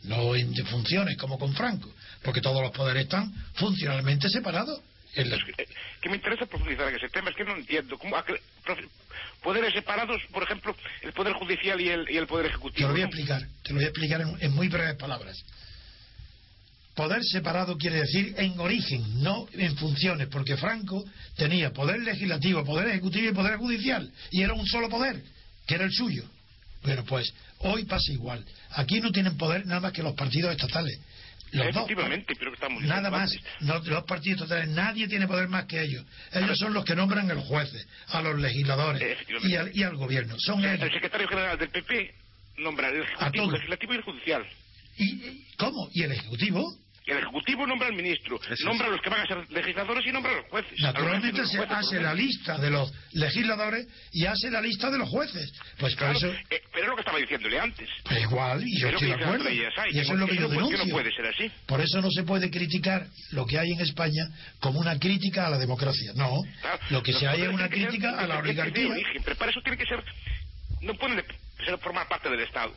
D: no en funciones como con Franco, porque todos los poderes están funcionalmente separados. En la-
C: Eh, Que me interesa profundizar en ese tema, es que no entiendo. ¿Cómo a que- profe- poderes separados, por ejemplo, el Poder Judicial y el, y el Poder
D: Te
C: Ejecutivo.
D: lo voy a
C: ¿no?
D: explicar, te lo voy a explicar en, en muy breves palabras. Poder separado quiere decir en origen, no en funciones, porque Franco tenía poder legislativo, poder ejecutivo y poder judicial, y era un solo poder, que era el suyo. Bueno, pues hoy pasa igual. Aquí no tienen poder nada más que los partidos estatales. Los dos,
C: Efectivamente, pero que estamos
D: Nada
C: diciendo
D: más.
C: antes.
D: No- los partidos estatales, nadie tiene poder más que ellos. Ellos son los que nombran a los jueces, a los legisladores y al, y al gobierno. Son ellos.
C: El secretario general del PP nombra el Ejecutivo,
D: Mm. todos.
C: el Legislativo y el Judicial.
D: ¿Y cómo? ¿Y el ejecutivo?
C: El Ejecutivo nombra al ministro,
B: Eso es.
C: nombra a los que van a ser legisladores y nombra a los jueces. A
D: Naturalmente
C: los
D: se
C: jueces,
D: hace
C: por
D: la
C: ejemplo.
D: lista de los legisladores y hace la lista de los jueces. Pues por
C: Claro,
D: eso,
C: eh, pero es lo que estaba diciéndole antes.
D: pues igual, y yo
C: Es lo que
D: estoy de
C: dicen
D: acuerdo.
C: las leyes, ay,
D: Y eso es lo que yo
C: no puede-
D: denuncio.
C: no puede ser así.
D: Por eso no se puede criticar lo que hay en España como una crítica a la democracia. No,
C: Claro,
D: lo que
C: los
D: se hay es
C: poderes
D: una
C: tienen que
D: crítica
C: ser-
D: a la
C: tienen que ser de
D: oligarquía.
C: origen, Pero para eso tiene que ser. No pueden ser- formar parte del Estado.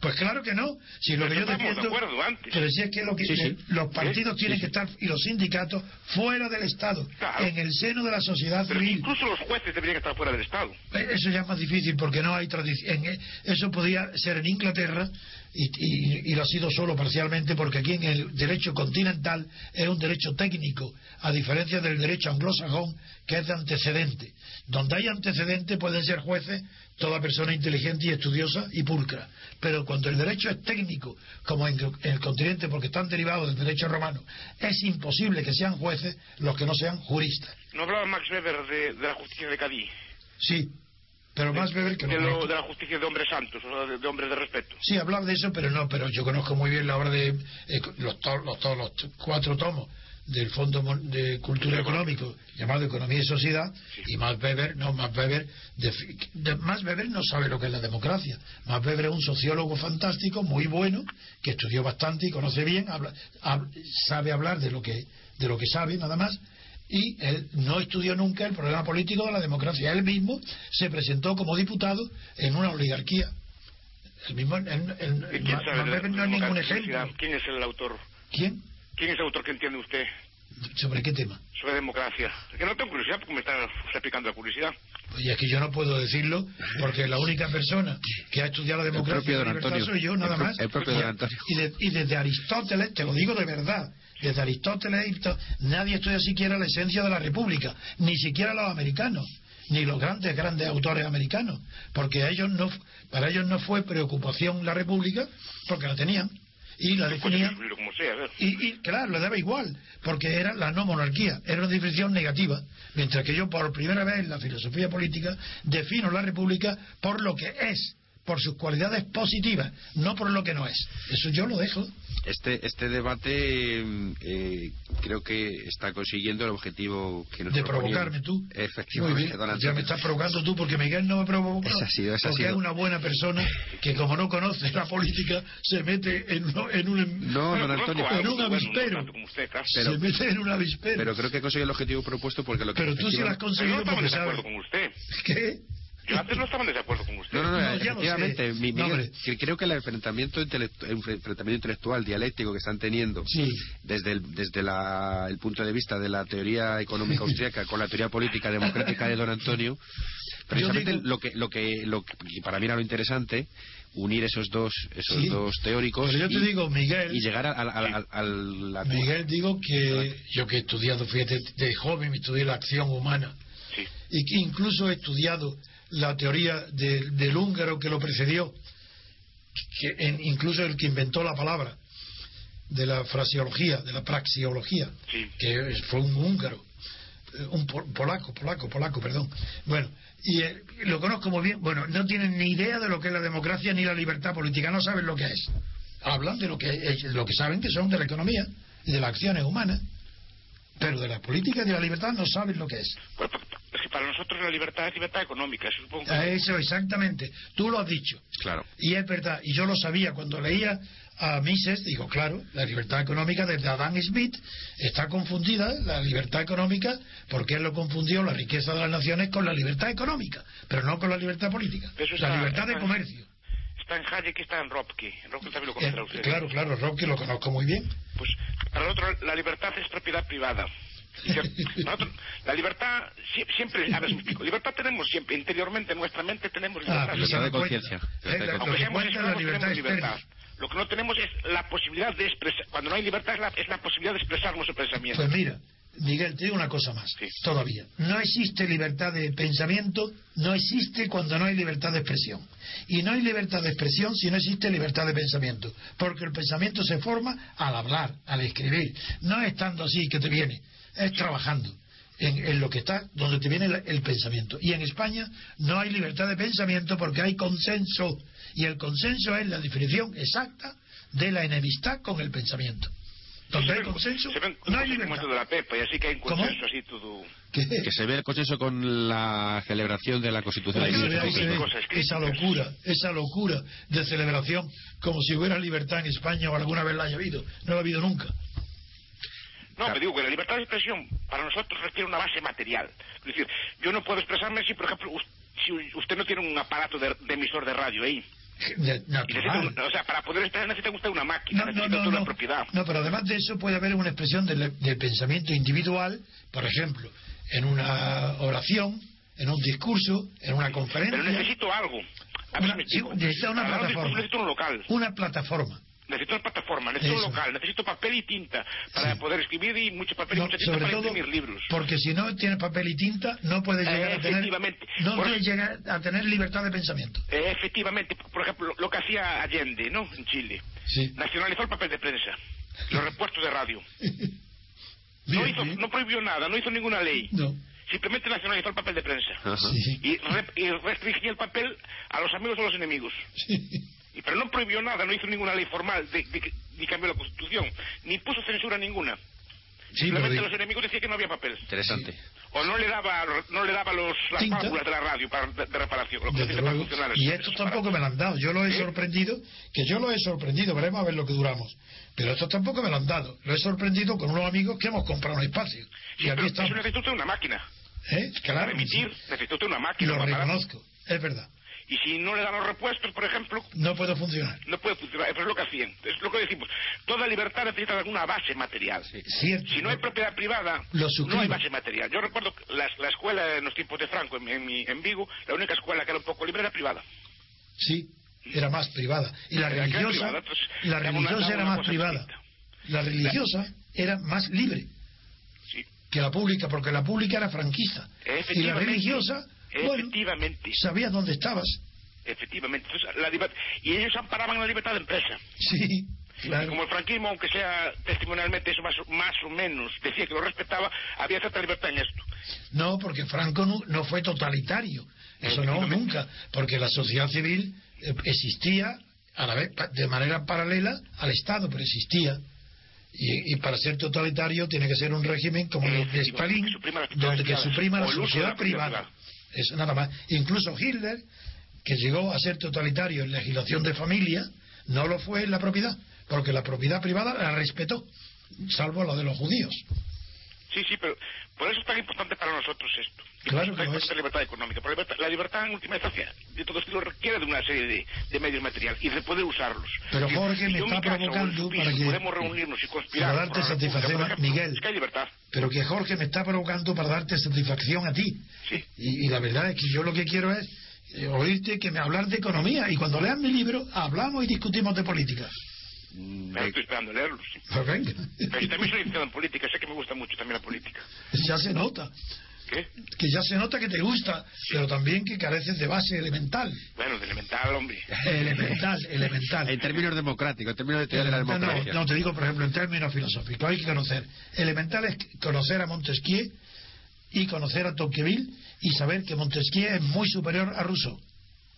D: Pues claro que no. Si lo
C: Pero
D: que yo
C: estábamos de
D: defiendo.
C: acuerdo antes.
D: Pero si es que, lo que- eh,
B: Sí, sí.
D: los partidos
C: Sí,
D: tienen que estar y los sindicatos fuera del Estado,
C: Claro.
D: en el seno de la sociedad
C: Pero
D: civil.
C: incluso los jueces deberían estar fuera del Estado.
D: Eh, Eso ya es más difícil porque no hay tradición. Eso podía ser en Inglaterra y, y- y lo ha sido solo parcialmente porque aquí en el derecho continental es un derecho técnico, a diferencia del derecho anglosajón que es de antecedente. Donde hay antecedente pueden ser jueces toda persona inteligente y estudiosa y pulcra. Pero cuando el derecho es técnico, como en, en el continente, porque están derivados del derecho romano, es imposible que sean jueces los que no sean juristas.
C: No hablaba Max Weber de, de la justicia de Cádiz.
D: Sí, pero más beber Eh, que
C: de,
D: lo
C: lo-
D: muerto.
C: de la justicia de hombres santos, o sea, de, de hombres de respeto.
D: Sí, hablar de eso, pero no, pero yo conozco muy bien la obra de eh, los, to- los, to- los t- cuatro tomos del Fondo Mon- de Cultura Económico llamado Economía y Sociedad y Max Weber, no, Max Weber, defi- de- Max Weber no sabe lo que es la democracia. Max Weber es un sociólogo fantástico, muy bueno, que estudió bastante y conoce bien, habla- hab- sabe hablar de lo que de lo que sabe nada más y él no estudió nunca el problema político de la democracia. Él mismo se presentó como diputado en una oligarquía. El mismo, el, el-
C: ¿Y
D: Ma-
C: Eh, quién sabe de
D: Max
C: la
D: Weber no es ningún
C: democracia?
D: ejemplo.
C: ¿Quién es el autor?
D: ¿Quién?
C: ¿Quién es el autor que entiende usted?
D: ¿Sobre qué tema?
C: sobre democracia. Es que no tengo curiosidad porque me está explicando la curiosidad.
D: Y es que yo no puedo decirlo porque la única persona que ha estudiado la democracia
B: propio
D: y la
B: don
D: libertad
B: Antonio.
D: soy yo, nada
B: El pro-
D: más.
B: el propio
D: Y-
B: don Antonio.
D: Y, de- y desde Aristóteles, te lo digo de verdad, desde Aristóteles y to- nadie estudia siquiera la esencia de la República, ni siquiera los americanos, ni los grandes, grandes autores americanos, porque a ellos no, para ellos no fue preocupación la República porque la tenían y la
C: Coño,
D: definían
C: incluirlo Pues como sea, a ver.
D: y, y, claro, le daba igual, porque era la no monarquía, era una definición negativa. Mientras que yo, por primera vez en la filosofía política, defino la república por lo que es, por sus cualidades positivas, no por lo que no es. Eso yo lo dejo.
B: Este, este debate eh, eh, creo que está consiguiendo el objetivo que nos
D: de
B: proponíamos.
D: provocarme tú.
B: Efectivamente,
D: Muy bien,
B: don
D: Ya
B: Antonio.
D: me estás provocando tú porque Miguel no me provoca.
B: Esa ha sido, esa ha
D: porque
B: sido.
D: es una buena persona que, como no conoce la política, se mete en, un- en un.
B: No,
C: Bueno,
B: don Antonio,
C: conozco
D: pero
C: algo,
D: un
C: bueno,
D: avispero.
C: no tanto como usted, claro.
B: Pero-
D: se mete en un avispero.
B: pero creo que he conseguido el objetivo propuesto porque lo que...
D: Pero tú sí lo has
B: efectivamente-
C: Pero yo
D: conseguido
C: no estaba
D: porque sabes.
C: en desacuerdo con usted.
D: ¿Qué?
C: Yo antes no estaba en desacuerdo con usted.
B: No, no, no,
D: No, ya lo
B: efectivamente,
D: sé.
B: mi-
D: No,
B: Miguel,
D: hombre.
B: que creo que el enfrentamiento, intelectu- enfre- enfrentamiento intelectual, dialéctico que están teniendo
D: Sí.
B: desde, el, desde la- el punto de vista de la teoría económica austríaca con la teoría política democrática de don Antonio, precisamente
D: digo-
B: lo, que, lo, que, lo que y para mí era lo interesante, unir esos dos, esos
D: Sí.
B: dos teóricos
D: Pero yo te
B: y,
D: digo, Miguel-
B: y llegar a, a- a- a- a la...
D: Miguel, digo que yo que he estudiado, fíjate, de joven estudié la acción humana
C: Sí.
D: y que incluso he estudiado la teoría de- del húngaro que lo precedió, que en- incluso el que inventó la palabra, de la fraseología, de la praxeología,
C: Sí.
D: que es- fue un húngaro, eh, un pol- polaco, polaco, polaco, perdón. Bueno, y eh, lo conozco muy bien. Bueno, no tienen ni idea de lo que es la democracia ni la libertad política, no saben lo que es. Hablan de lo que, es- lo que saben que son de la economía y de las acciones humanas. Pero de la política y de la libertad no saben lo que es.
C: Bueno, pa- pa- es que para nosotros la libertad es libertad económica, eso supongo.
D: A Eso, exactamente. Tú lo has dicho.
B: Claro.
D: Y es verdad, y yo lo sabía cuando leía a Mises, digo, claro, la libertad económica desde Adam Smith está confundida, la libertad económica, porque él lo confundió, la riqueza de las naciones, con la libertad económica, pero no con la libertad política,
C: Eso está-
D: la libertad de
C: está-
D: comercio.
C: Está en Hayek y está en Ropke. En Ropke también lo
D: Eh,
C: conocerá usted.
D: claro, claro, Rocky lo conozco muy bien.
C: Pues para nosotros la libertad es propiedad privada. Y que nosotros- la libertad sie- siempre, a ver, me explico, libertad tenemos siempre, interiormente, en nuestra mente tenemos libertad.
D: Ah, pero eso
B: libertad
D: no
B: de
D: cuenta.
B: conciencia, libertad de
D: Eh, lo
C: Aunque
D: que
C: seamos
D: cuenta es la
C: esclavos,
D: libertad
C: tenemos libertad.
D: externa.
C: Lo que no tenemos es la posibilidad de expresar. Cuando no hay libertad es la, es la posibilidad de expresar nuestro pensamiento.
D: Pues mira, Miguel, te digo una cosa más,
C: Sí.
D: todavía. No existe libertad de pensamiento, no existe cuando no hay libertad de expresión. Y no hay libertad de expresión si no existe libertad de pensamiento. Porque el pensamiento se forma al hablar, al escribir. No estando así que te viene, es trabajando. En, en lo que está, donde te viene el, el pensamiento. Y en España no hay libertad de pensamiento porque hay consenso. Y el consenso es la definición exacta de la enemistad con el pensamiento. Donde hay consenso,
C: se ven
D: no hay
C: cosas como
D: libertad.
C: esto de la Pepa E y así que hay un
D: ¿Cómo?
C: consenso así todo.
B: Que se ve el consenso con la celebración de la Constitución
D: Ahí
B: del
D: se ve, ahí
B: 1975.
D: se ve
C: cosas escritas.
D: esa locura, esa locura de celebración, como si hubiera libertad en España o alguna vez la haya habido. No la ha habido nunca.
C: No, pero digo que la libertad de expresión para nosotros requiere una base material. Es decir, yo no puedo expresarme si, por ejemplo, us- si usted no tiene un aparato de, de emisor de radio ahí.
D: De-
C: Y necesita
D: Natural.
C: un- o sea, para poder expresar necesita usted una máquina,
D: No, no,
C: necesita
D: no,
C: usted una
D: no.
C: propiedad.
D: No, pero además de eso puede haber una expresión del, del pensamiento individual, por ejemplo, en una oración, en un discurso, en una conferencia.
C: Pero necesito algo. A ver si
D: Una-
C: me
D: sí,
C: explico.
D: necesita una
C: Para dar un discurso
D: plataforma.
C: Necesito un local.
D: Una plataforma.
C: Necesito una plataforma, necesito
D: Eso.
C: un local, necesito papel y tinta para
D: Sí.
C: poder escribir y mucho papel y
D: No,
C: mucha tinta
D: sobre
C: para
D: todo
C: imprimir libros.
D: porque si no tienes papel y tinta no puedes
C: Eh,
D: llegar a tener
C: efectivamente.
D: no
C: Por-
D: puedes llegar a tener libertad de pensamiento
C: Eh, efectivamente, por ejemplo, lo que hacía Allende, ¿no? En Chile.
D: Sí.
C: Nacionalizó el papel de prensa, los repuestos de radio. No,
D: Bien,
C: hizo,
D: bien.
C: no prohibió nada, no hizo ninguna ley.
D: No.
C: Simplemente nacionalizó el papel de prensa.
B: Ajá.
D: Sí.
C: Y, re- y restringía el papel a los amigos o a los enemigos. Y- Pero no prohibió nada, no hizo ninguna ley formal, de- de- ni cambió la constitución, ni puso censura ninguna.
D: Sí, pero
C: Simplemente
D: digo-
C: los enemigos decían que no había papel.
B: Interesante.
C: O no le daba, no le daba los, las
D: Tinta.
C: válvulas de la radio para, de, de reparación. Lo que
D: desde
C: dice para
D: luego.
C: funcionar el-
D: y estos
C: eso,
D: tampoco me lo han dado yo lo he sorprendido que yo lo he sorprendido veremos a ver lo que duramos pero estos tampoco me lo han dado lo he sorprendido con unos amigos que hemos comprado un espacio y
C: Sí,
D: aquí
C: pero
D: estamos
C: Eso necesita usted una máquina.
D: ¿Eh?
C: Para
D: claro
C: emitir, necesita usted una
D: y
C: máquina.
D: lo
C: un aparato.
D: reconozco es verdad
C: Y si no le dan los repuestos, por ejemplo,
D: No puede funcionar.
C: no puede funcionar. Pero es lo que hacían. Es lo que decimos. Toda libertad necesita de alguna base material.
D: Cierto.
C: Si no hay propiedad privada,
D: Lo suscribo.
C: no hay base material. Yo recuerdo que las- la escuela en los tiempos de Franco, en, en mi- en Vigo, la única escuela que era un poco libre era privada.
D: Sí, era más privada. Y la
C: Era que era
D: religiosa,
C: privada, entonces,
D: la
C: era una-
D: religiosa
C: era
D: era
C: una
D: más
C: cosa
D: privada.
C: distinta.
D: La religiosa era más libre
C: Sí.
D: que la pública, porque la pública era franquista. Y la
C: Efectivamente.
D: religiosa, bueno,
C: Efectivamente.
D: sabías dónde estabas.
C: Efectivamente. Entonces, la liber- Y ellos amparaban la libertad de empresa.
D: Sí,
C: Y
D: claro.
C: como el franquismo, aunque sea testimonialmente eso más, o- más o menos, decía que lo respetaba, había cierta libertad en esto.
D: No, porque Franco nu- no, fue totalitario. Eso no,
C: Efectivamente.
D: nunca. Porque la sociedad civil eh, existía a la vez pa- de manera paralela al Estado, pero existía. Y, y para ser totalitario tiene que ser un régimen como el de
C: Efectivamente,
D: Stalin,
C: que suprima las
D: donde que
C: privadas,
D: suprima la
C: o el uso de
D: sociedad
C: la propiedad
D: privada. Eso nada más. Incluso Hitler, que llegó a ser totalitario en legislación de familia, no lo fue en la propiedad, porque la propiedad privada la respetó, salvo la de los judíos.
C: Sí, sí, pero por eso es tan importante para nosotros esto. Y
D: Claro
C: por
D: que
C: eso
D: lo es.
C: es importante la libertad económica. Por La libertad, la libertad en última instancia de todo estilo requiere de una serie de, de medios materiales y de poder usarlos.
D: Pero
C: Y-
D: Jorge
C: y
D: me
C: yo en mi
D: está
C: casa o en
D: provocando
C: su piso
D: para que-
C: Podemos reunirnos y conspirar.
D: para darte
C: por la República,
D: satisfacción,
C: por ejemplo.
D: Miguel.
C: Es que hay libertad.
D: pero que Jorge me está provocando para darte satisfacción a ti.
C: Sí.
D: Y, y la verdad es que yo lo que quiero es eh, oírte que me hablar de economía y cuando leas mi libro hablamos y discutimos de política.
B: Mm,
C: Pero
B: de-
C: estoy esperando leerlos.
D: Pues venga,
C: Pero si también soy iniciado en política, sé que me gusta mucho también la política.
D: ya se nota,
C: ¿Qué?
D: que ya se nota que te gusta, pero también que careces de base elemental.
C: Bueno, de elemental, hombre.
D: Elemental, elemental.
B: En términos democráticos, en términos de teoría de la
D: Elemental,
B: democracia.
D: Eh, No, no, te digo, por ejemplo, en términos filosóficos, hay que conocer. Elemental es conocer a Montesquieu y conocer a Tocqueville y saber que Montesquieu es muy superior a Rousseau.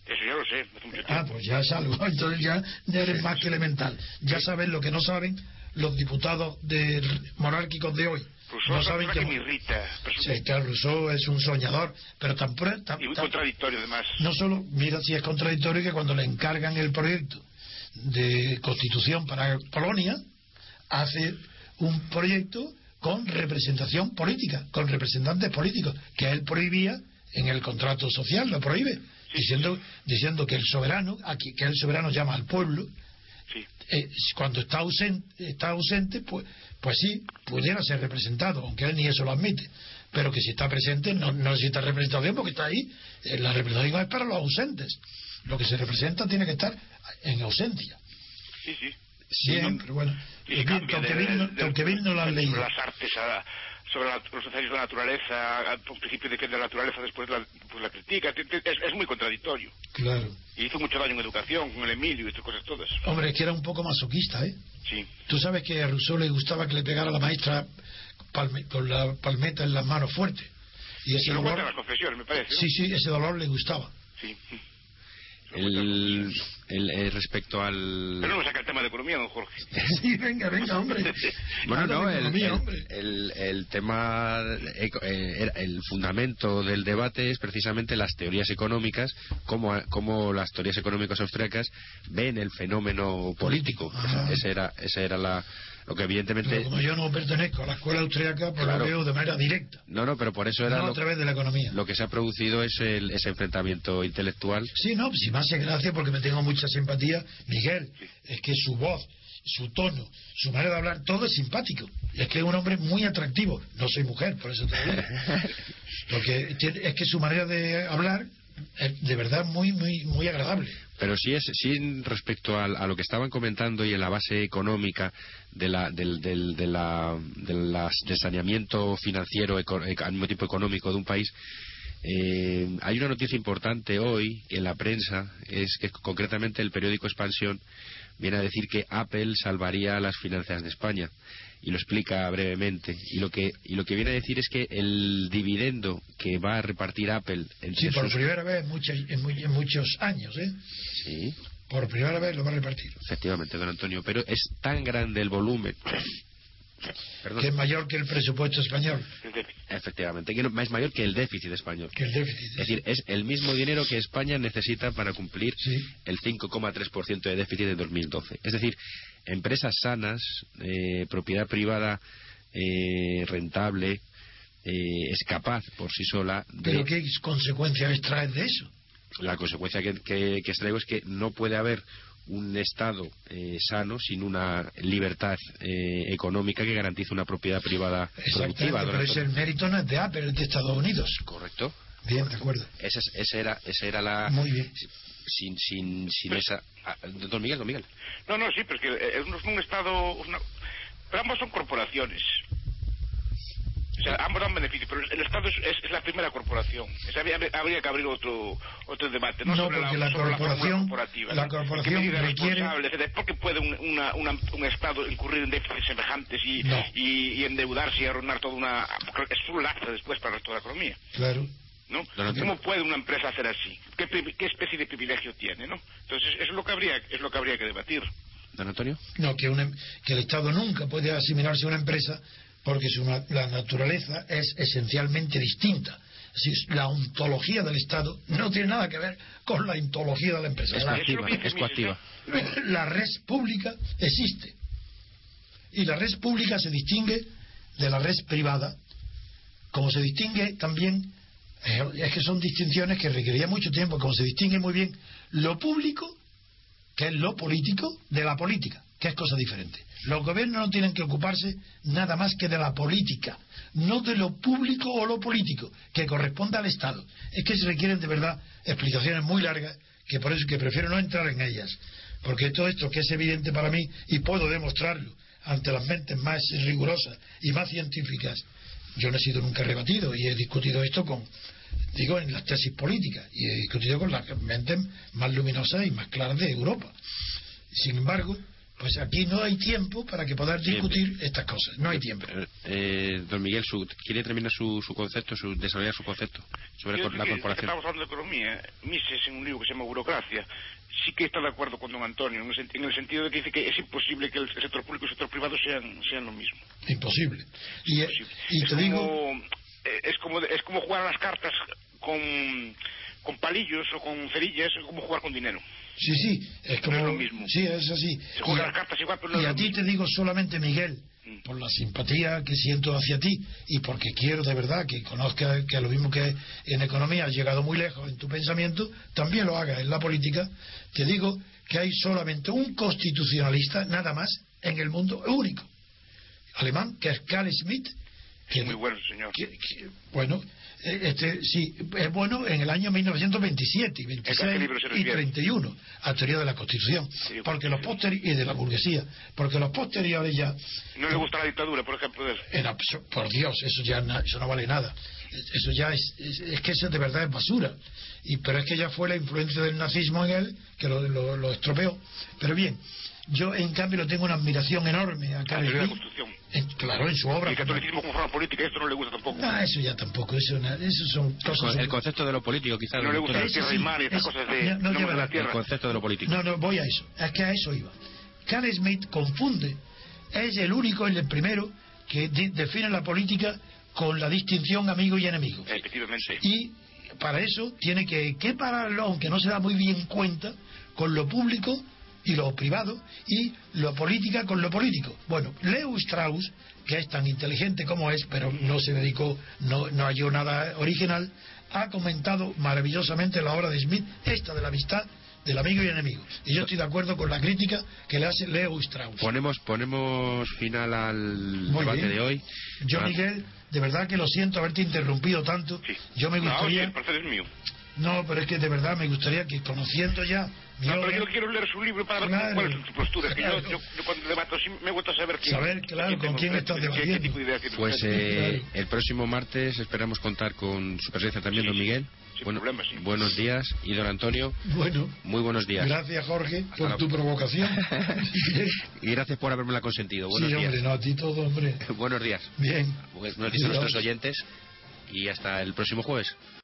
C: Eso ya lo sé, hace mucho tiempo.
D: Ah, pues ya es algo. Entonces ya no eres más que elemental. Ya saben lo que no saben los diputados de- monárquicos de hoy.
C: Rousseau
D: No
C: es una
D: saben
C: persona
D: que...
C: que me irrita. persona-
D: Sí, claro, Rousseau es un soñador, pero tan, pro- tan-
C: Y muy
D: tan-
C: contradictorio, además.
D: no solo, mira si es contradictorio que cuando le encargan el proyecto de constitución para Polonia, hace un proyecto con representación política, con representantes políticos, que él prohibía en el contrato social, lo prohíbe, diciendo, diciendo que el soberano, aquí, que el soberano llama al pueblo,
C: Sí.
D: eh, cuando está ausente, está ausente pues, pues sí, pudiera ser representado, aunque él ni eso lo admite. Pero que si está presente no, no necesita representación porque está ahí. Eh, La representación es para los ausentes. Lo que se representa tiene que estar en ausencia.
C: Sí, sí.
D: Siempre, bueno.
C: Y
D: Bien,
C: cambia de-
D: Tocqueville no-
C: de-
D: Tocqueville no lo han
C: sobre
D: leído.
C: las artes, a- sobre la- los ensayos de la naturaleza, a- un principio defiende la naturaleza, después la, pues la critica, te- te- es, es muy contradictorio.
D: Claro.
C: Y hizo mucho daño en educación, con el Emilio y estas cosas todas.
D: Hombre, es que era un poco masoquista, ¿eh?
C: Sí,
D: Tú sabes que a Rousseau le gustaba que le pegara a la maestra palme- con la palmeta en las manos fuerte. Y
C: y
D: ese
C: lo
D: dolor,
C: cuentan las confesiones, me parece. ¿no?
D: sí, sí, ese dolor le gustaba.
C: Sí.
B: El, el- eh, respecto al...
C: Pero no me saca el tema de economía, don Jorge.
D: Sí, venga, venga, hombre.
B: Bueno,
D: Habla
B: no,
D: de
B: el,
D: economía,
B: el-
D: hombre.
B: el- el tema, eco- eh, era- el fundamento del debate es precisamente las teorías económicas, cómo, a- cómo las teorías económicas austriacas ven el fenómeno político.
D: Ajá.
B: Esa- Esa era, esa era la, lo que
D: Ah. Pero
B: evidentemente...
D: como yo no pertenezco a la escuela austriaca, pues
B: Claro.
D: lo veo de manera directa,
B: No, no, pero por eso era
D: no a
B: lo,
D: través de la economía.
B: lo que se ha producido es el- ese enfrentamiento intelectual.
D: Sí, no, si me hace gracia porque me tengo mucha simpatía, Miguel, es que su voz, su tono, su manera de hablar, todo es simpático. Es que es un hombre muy atractivo. No soy mujer, por eso te lo digo. Porque tiene- es que su manera de hablar es de verdad muy, muy, muy agradable.
B: Pero sí es sí en respecto al- a, lo que estaban comentando y en la base económica de la, del, del, de la- de las- del saneamiento financiero eco- eco- al mismo tiempo económico de un país. eh, hay una noticia importante hoy en la prensa es que concretamente el periódico Expansión viene a decir que Apple salvaría las finanzas de España y lo explica brevemente y lo que y lo que viene a decir es que el dividendo que va a repartir Apple entre
D: Sí, por
B: sus-
D: primera vez en, muchas- en muy- en muchos años, ¿eh?
B: Sí.
D: Por primera vez lo va a repartir.
B: Efectivamente, don Antonio, pero es tan grande el volumen. Perdón.
D: Que es mayor que el presupuesto español,
C: El déficit.
B: Efectivamente, que no- es mayor que el déficit español.
D: que el déficit.
B: Es decir, es el mismo dinero que España necesita para cumplir
D: Sí.
B: el 5,3% de déficit de 2012. Es decir, empresas sanas, eh, propiedad privada eh, rentable, eh, es capaz por sí sola de...
D: ¿Pero qué consecuencias extraes de eso?
B: la consecuencia que, que, que extraigo es que no puede haber un Estado eh, sano sin una libertad eh, económica que garantice una propiedad privada productiva.
D: Exactamente, pero es el mérito no es de Apple, es de Estados Unidos.
B: Correcto.
D: Bien, de acuerdo.
B: Esa, es- esa era, esa era la...
D: Muy bien.
B: Sin, sin, sin esa... ah, Don Miguel, don Miguel.
C: No, no, sí, pero es que eh, es un, es un Estado... es una- Pero ambos son corporaciones. O sea, ambos dan beneficio, pero el Estado es, es- es la primera corporación. O sea, habría, habría que abrir otro otro debate, no,
D: No,
C: sobre
D: porque la
C: sobre fórmula
D: corporación-
C: corporativa,
D: la
C: ¿no?
D: corporación
C: ¿Qué medida
D: requiere-
C: responsable, etcétera? ¿Por qué puede un, una- una- un Estado incurrir en déficits semejantes y,
D: No.
C: y, y endeudarse y arruinar toda una... porque Es un lastre después para toda la economía.
D: Claro.
C: ¿no?
B: No lo entiendo.
C: ¿Cómo puede una empresa hacer así? ¿Qué, pri- qué especie de privilegio tiene, no? Entonces, eso es lo que habría, es lo que habría que debatir.
B: Don Antonio.
D: No, que, una- em, que el Estado nunca puede asimilarse a una empresa porque su na- la naturaleza es esencialmente distinta. Es decir, la ontología del Estado no tiene nada que ver con la ontología de la empresa.
B: Es
D: La-
C: Eso
B: coactiva,
C: lo que dice
B: es coactiva.
C: Mises, ¿no?
D: la red pública existe. Y la red pública se distingue de la red privada, como se distingue también, eh, es que son distinciones que requeriría mucho tiempo, como se distingue muy bien lo público, que es lo político, de la política, que es cosa diferente. Los gobiernos no tienen que ocuparse nada más que de la política, no de lo público o lo político, que corresponde al Estado. Es que se requieren de verdad explicaciones muy largas, que por eso que prefiero no entrar en ellas, porque todo esto que es evidente para mí y puedo demostrarlo ante las mentes más rigurosas y más científicas, yo no he sido nunca rebatido y he discutido esto con, digo, en las tesis políticas y he discutido con las mentes más luminosas y más claras de Europa. Sin embargo, pues aquí no hay tiempo para que poder
B: Bien,
D: discutir estas cosas. No hay tiempo.
B: Eh, eh, don Miguel, su- ¿quiere terminar su, su concepto, su, desarrollar su concepto sobre
C: Yo
B: la
C: creo que- que
B: corporación?
C: Estamos hablando de economía. ¿eh? Mises, en un libro que se llama Burocracia, sí que está de acuerdo con don Antonio, en el, sen- en el sentido de que dice que es imposible que el sector público y el sector privado sean, sean lo mismo.
D: Imposible. Y, eh,
C: Imposible.
D: y
C: es
D: te
C: como,
D: digo,
C: eh, Es como, es como jugar a las cartas con, con palillos o con cerillas, es como jugar con dinero.
D: sí, sí, es como
C: no es lo mismo.
D: Sí, es así.
C: Se juegan
D: Y-
C: las cartas igual, pero no
D: y
C: es
D: a
C: lo
D: ti
C: mismo.
D: te digo solamente, Miguel,
C: Mm.
D: por la simpatía que siento hacia ti y porque quiero de verdad que conozcas que a lo mismo que en economía has llegado muy lejos en tu pensamiento, también lo hagas en la política, te digo que hay solamente un constitucionalista nada más en el mundo único, alemán, que es Karl Schmitt, que,
C: Es muy bueno, señor.
D: que- que- bueno, eh, este, sí, es bueno en el año 1927 y
C: ¿A qué
D: 26
C: libro se
D: y
C: refiere?
D: 31, a teoría de la Constitución,
C: Sí, bueno.
D: porque los posteri y de la burguesía, porque los posteriores ya,
C: No le gusta la dictadura, por ejemplo, de él.
D: en abso- pues, por Dios, eso ya na- eso no vale nada, eso ya es, es, es que eso de verdad es basura, y pero es que ya fue la influencia del nazismo en él que lo, lo- lo estropeó, pero bien, yo en cambio le tengo una admiración enorme a Karl
C: teoría de la
D: Schmitt,
C: Constitución.
D: en- claro, en su
C: Y
D: obra.
C: el catolicismo como forma política, esto no le gusta tampoco.
D: No, eso ya tampoco, eso, na- eso son cosas...
B: El concepto de lo político, quizás.
C: No le
B: don
C: gusta la
B: Antonio.
D: Entonces,
C: tierra y
D: sí,
C: mar y estas
D: es-
C: cosas de
D: no, no
C: nombres de
D: lleva-
C: la
D: El
B: El
C: tierra.
B: concepto de lo político.
D: No, no, voy a eso. Es que a eso iba. Carl Smith confunde. Es el único, el primero, que de- define la política con la distinción amigo y enemigo.
C: Efectivamente.
D: Y para eso tiene que, que pararlo, aunque no se da muy bien cuenta, con lo público y lo privado y lo política con lo político. Bueno, Leo Strauss, que es tan inteligente como es, pero no se dedicó, no, no halló nada original, ha comentado maravillosamente la obra de Smith, esta de la amistad del amigo y enemigo. Y yo estoy de acuerdo con la crítica que le hace Leo Strauss.
B: Ponemos, ponemos final al
D: Muy
B: debate
D: bien.
B: de hoy.
D: Yo,
B: Ah,
D: Miguel, de verdad que lo siento haberte interrumpido tanto.
C: Sí.
D: Yo me
C: No, sí,
D: gustaría...
C: el placer es mío.
D: No, pero es que de verdad me gustaría que conociendo ya mi
C: No, Ah, pero
D: obra,
C: yo quiero leer su libro para ver
D: Claro.
C: cuál es su postura. Que yo,
D: Claro.
C: yo- yo cuando debato así me gusta saber quién-
D: Saber, claro, con quién
C: tengo
D: estás
C: frente, qué-
D: debatiendo.
C: qué tipo de ideas tiene
B: Pues
C: frente.
B: eh,
D: Claro.
B: el próximo martes esperamos contar con su presencia también,
C: Sí,
B: don
C: sí.
B: Miguel.
C: Sin problema, sí.
B: Buenos días. Y don Antonio,
D: bueno,
B: muy buenos días.
D: gracias Jorge por
B: la-
D: tu provocación.
B: Y gracias por haberme la consentido. Buenos
D: sí, hombre,
B: días.
D: no a ti todo, hombre.
B: Buenos días. Pues,
D: Bien.
B: Buenos días a nuestros oyentes. Y hasta el próximo jueves.